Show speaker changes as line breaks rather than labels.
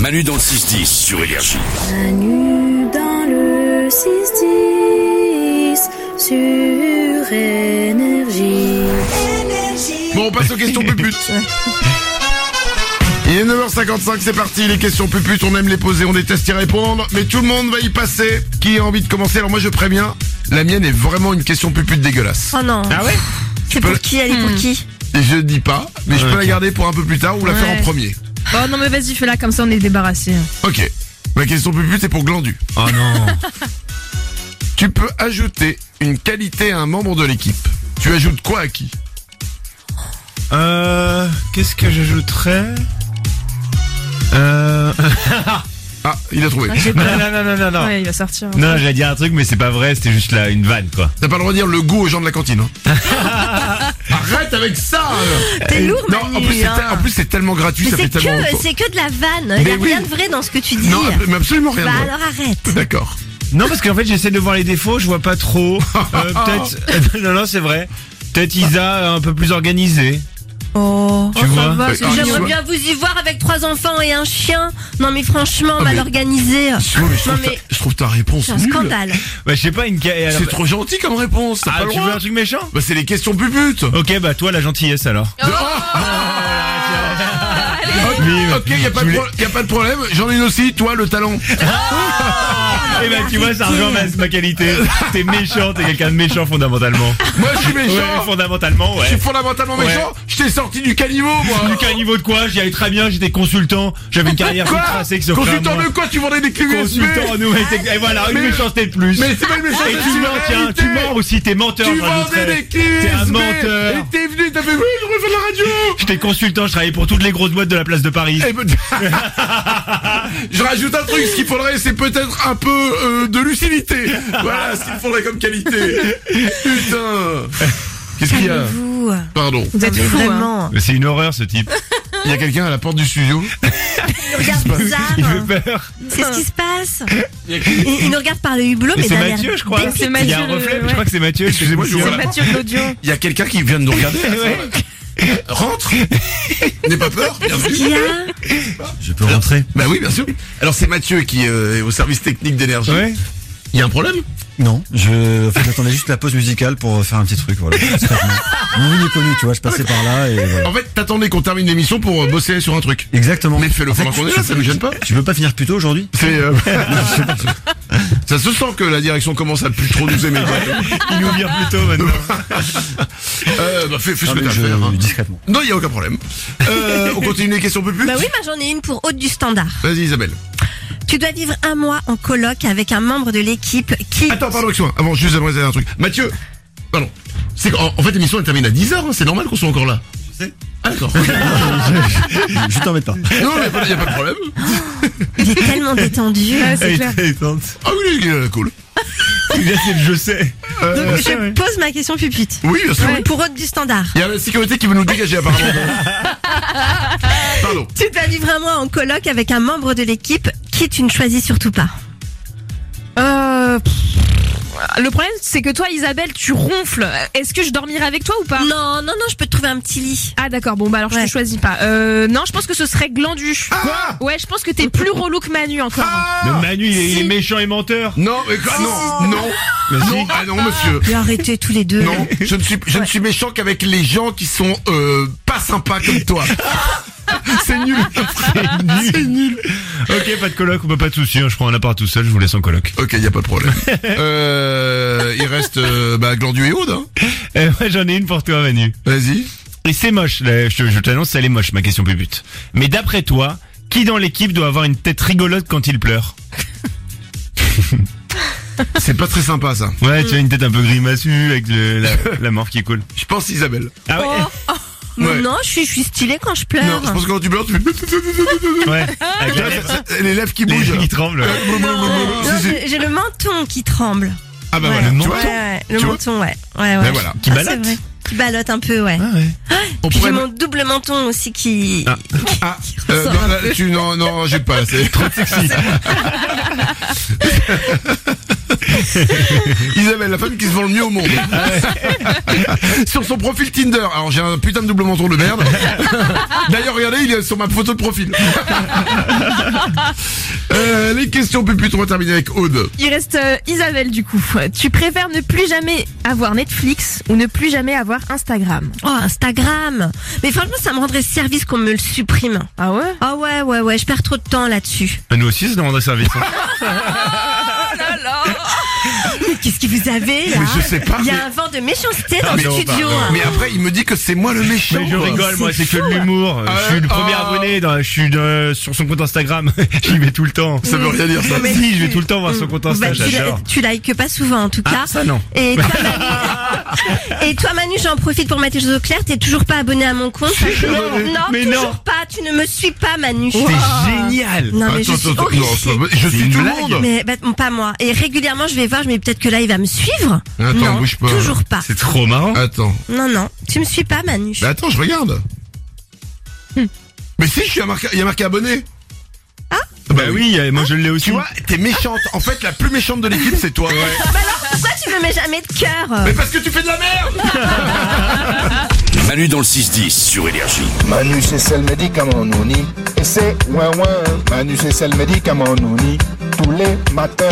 Manu dans le 6-10 sur Énergie.
Manu dans le 6-10 sur énergie.
Bon, on passe aux questions puputes. Il est 9h55, c'est parti, les questions puputes, on aime les poser, on déteste y répondre, mais tout le monde va y passer. Qui a envie de commencer Alors moi je préviens, la mienne est vraiment une question pupute dégueulasse.
Oh non.
ouais
C'est pour qui Elle est pour qui
Je dis pas, mais je peux la garder pour un peu plus tard ou la faire en
Ouais.
premier.
Oh non, mais vas-y, fais-la comme ça, on est débarrassé.
Ok, ma question pupute est pour Glandu.
Oh non.
Tu peux ajouter une qualité à un membre de l'équipe. Tu ajoutes quoi à qui
Euh, qu'est-ce que j'ajouterais Euh...
Ah, il a trouvé.
non, non, non, non, non,
Ah.
non.
Ouais, il va sortir.
Non, j'allais dire un truc, mais c'est pas vrai, c'était juste là, une vanne, quoi.
T'as pas le droit de dire le goût aux gens de la cantine. hein. Arrête avec ça alors.
T'es lourd,
Non, en
Manu,
plus, c'est
hein.
te- en plus, c'est tellement gratuit,
Mais
ça fait
c'est
tellement...
que, c'est que de la vanne. Il
Mais
y a
oui.
rien de vrai dans ce que tu dis.
Non, mais absolument rien.
bah
de vrai.
alors arrête.
D'accord.
Non, parce qu'en fait, j'essaie de voir les défauts, je vois pas trop. Euh, peut-être. non, non, c'est vrai. Peut-être Isa euh, un peu plus organisée.
Oh, oh,
Tu
ça
vois
va,
Ouais,
c'est
ah,
jamais-
soit-
J'aimerais bien vous y voir avec trois enfants et un chien. Non mais franchement,
mais-
mal organisé.
Ouais, mais je, trouve
Non mais
ta, je trouve ta réponse
c'est un
nulle.
scandale.
Bah, je sais pas, une ca- et alors-
C'est trop gentil comme réponse. T'as
Ah,
pas le
tu veux
droit.
un truc méchant
Bah, c'est les questions puputes.
Oh.
Ah.
Ok, bah, toi, la gentillesse alors.
Oh,
Ah,
Ok,
ah.
ok, y a, pas de pro- y a pas de problème. J'en ai une aussi. Toi, le talent.
Eh bah, tu vois, ça rejoint ma, ma qualité. T'es méchant, t'es quelqu'un de méchant fondamentalement.
Moi, je suis méchant.
Ouais, fondamentalement,
Je suis
ouais.
fondamentalement
Ouais.
méchant. Je t'ai sorti du caniveau, moi.
Lucas, niveau de quoi J'y allais très bien, j'étais consultant, j'avais une carrière toute
Quoi
tracée qui se
Consultant de quoi Tu vendais des clés USB
Consultant en nouvelle technologie. Et voilà, une
Mais-
méchanceté de plus.
Mais c'est pas une méchanceté,
Et
c'est
tu
une
mens, tiens,
réalité.
tu mens aussi, t'es menteur.
Tu
je rajouterais.
vendais des clés
T'es un
USB.
menteur.
Et t'es venu, t'as fait oui, je refais la radio.
J'étais consultant, je travaillais pour toutes les grosses boîtes de la place de Paris.
Eh ben, Je rajoute un truc, ce qu'il faudrait, c'est peut-être un peu euh, de lucidité. Voilà ce qu'il faudrait comme qualité. Putain. Qu'est-ce qu'il y a
Vous.
Pardon.
Vous êtes fous, hein.
Vraiment.
Mais c'est une horreur ce type.
Il y a quelqu'un à la porte du studio.
Il nous regarde
Il
hein.
bizarre.
fait peur.
C'est ce qui se passe. Il, il nous regarde par le hublot,
Et
mais
c'est
d'un air
Mathieu, je crois.
dépité.
C'est
Il y
Mathieu,
a un
le-
reflet, mais
ouais.
je crois que c'est Mathieu.
Excusez-moi, je vous
C'est
Voilà.
Mathieu de l'audio.
Il y a quelqu'un qui vient de nous regarder. Rentre. N'aie pas peur. Bienvenue.
Il y a-
Je peux rentrer.
Bah oui, bien sûr. Alors c'est Mathieu qui euh, est au service technique d'énergie.
Ouais.
Il y a un problème
Non, je, en fait, j'attendais juste la pause musicale pour faire un petit truc, voilà. discrètement. Mon vie est connue, tu vois, je passais par là et voilà.
En fait, t'attendais qu'on termine l'émission pour euh, bosser sur un truc.
Exactement.
Mais fais-le
En fait,
pendant qu'on est là, ça nous gêne pas.
Tu veux pas finir plus tôt aujourd'hui
C'est euh, ça se sent que la direction commence à plus trop nous aimer.
Ah.
Il nous vire plus tôt maintenant.
Euh, bah fais, fais ce
Non,
que
mais
t'as à
je-
faire. hein.
Discrètement.
Non, il y a aucun problème. Euh, on continue les questions puputes.
Bah oui, bah j'en ai une pour haute du standard.
Vas-y Isabelle.
Tu dois vivre un mois en coloc avec un membre de l'équipe qui.
Attends, pardon, excuse-moi. Avant, juste j'aimerais dire un truc. Mathieu, pardon. C'est qu'en- en fait l'émission elle termine à 10h, c'est normal qu'on soit encore là.
sais.
Ah d'accord.
Je t'embête pas.
non, mais il y a pas de problème.
Il est tellement détendu.
Ouais, Ah, c'est
Elle
clair.
était éteinte.
Ah oui, euh, cool.
Eh, Il a fait le Je sais.
Donc je pose ma question pupite.
Oui, bien sûr.
Pour haute du standard.
Il y a la sécurité qui veut nous dégager apparemment. pardon.
Tu dois vivre un mois en coloc avec un membre de l'équipe qui tu ne choisis surtout pas.
Euh, pff, Le problème, c'est que toi, Isabelle, tu ronfles. Est-ce que je dormirai avec toi ou
Ah.
pas
Non, non, non, je peux te trouver un petit lit.
Ah d'accord, bon bah alors je
Ouais. Ah
te choisis pas. Euh, non, je pense que ce serait glandu. ouais, je pense que t'es plus relou que Manu encore.
Mais Manu, il est, il est méchant et menteur.
Non, mais quoi Non, non, non, ah non, monsieur.
Mais arrêtez tous les deux.
Non, je ne suis, je ne suis méchant qu'avec les gens qui sont euh, pas sympas comme toi. C'est nul.
C'est nul. Ok, pas de coloc, bah, pas de soucis, hein, je prends un appart tout seul, je vous laisse en coloc.
Ok, il y a pas de problème. Euh, il reste euh, bah, Glandu et Aude. hein.
Eh, ouais, j'en ai une pour toi, Manu.
Vas-y.
Et c'est moche, là, je, je t'annonce, elle est moche, ma question pépute. Mais d'après toi, qui dans l'équipe doit avoir une tête rigolote quand il pleure
C'est pas très sympa ça.
Ouais, tu as une tête un peu grimaçue avec le- la, la mort qui coule.
Je pense Isabelle.
Ah ouais,
Mais
Ouais.
non, je suis, je suis stylée quand je
Non,
pleure.
je pense que quand tu pleures, tu fais...
ouais. Avec la lèvre,
les lèvres qui
les
bougent.
lèvres qui tremblent.
Non, j'ai- j'ai le menton qui tremble.
Ah bah
Ouais.
voilà, tu vois,
Ouais, ouais, le
Tu vois
menton, ouais. Ouais, ouais.
Ben voilà.
Qui
Ah,
ballotte.
c'est vrai. Qui ballotte un peu, ouais.
Ah ouais.
on
Puis j'ai
pourrait...
mon double menton aussi qui.
Ah.
Ah, euh, non, là, tu, non, non, j'ai pas, c'est trop sexy. Isabelle, la femme qui se vend le mieux au monde. sur son profil Tinder. Alors, j'ai un putain de double menton de merde. D'ailleurs, regardez, il est sur ma photo de profil. Euh, les questions puputes, on va terminer avec Aude.
Il reste euh, Isabelle du coup. Tu préfères ne plus jamais avoir Netflix ou ne plus jamais avoir Instagram
Oh, Instagram. Mais franchement, ça me rendrait service qu'on me le supprime.
Ah ouais
Ah ouais, ouais, ouais, je perds trop de temps là-dessus.
Bah, nous aussi, ça demanderait service. hein.
Mais qu'est-ce que vous avez là
je sais pas,
Il y
mais-
a un vent de méchanceté dans
Ah,
le
non,
studio. hein.
Mais après, il me dit que c'est moi le méchant.
Mais je
quoi.
rigole, moi, c'est que de l'humour.
hein. Ah,
je suis le premier
ah.
abonné, dans- je suis de- sur son compte Instagram. J'y vais tout le temps.
Ça veut rien dire, ça.
Si, je vais tout le temps voir son compte
Bah,
Instagram,
tu, la-
j'adore.
tu likes pas souvent en tout
Ah,
cas.
ça, non.
Et toi, Manu- Et toi, Manu, j'en profite pour mettre les choses au clair. T'es toujours pas abonné à mon compte.
suis
Non,
abonné.
non,
Mais
toujours
non.
pas. Tu ne me suis pas, Manu. Oh.
C'est génial.
Non, mais je
Attends,
suis
attends, non,
horrifiée.
ça va- je
C'est
suis
une
tout le
blague.
monde.
Mais bah, pas moi. Et régulièrement, je vais voir. Je me dis peut-être que là, il va me suivre.
Attends,
non,
bouge pas.
toujours pas.
C'est trop marrant.
Attends.
Non, non, tu me suis pas, Manu.
Mais attends, je regarde. Mais si, je suis à marqué, il y a marqué abonné. Ah
Bah oui, euh, moi je l'ai aussi.
Tu vois, t'es méchante. En fait, la plus méchante de l'équipe, c'est toi.
Bah alors, pourquoi tu me mets jamais de cœur
Mais parce que tu fais de la merde
Manu dans le 6-10 sur Énergie.
Manu c'est seul médicament nouni Et c'est ouin ouin Manu c'est seul médicament nouni Tous les matins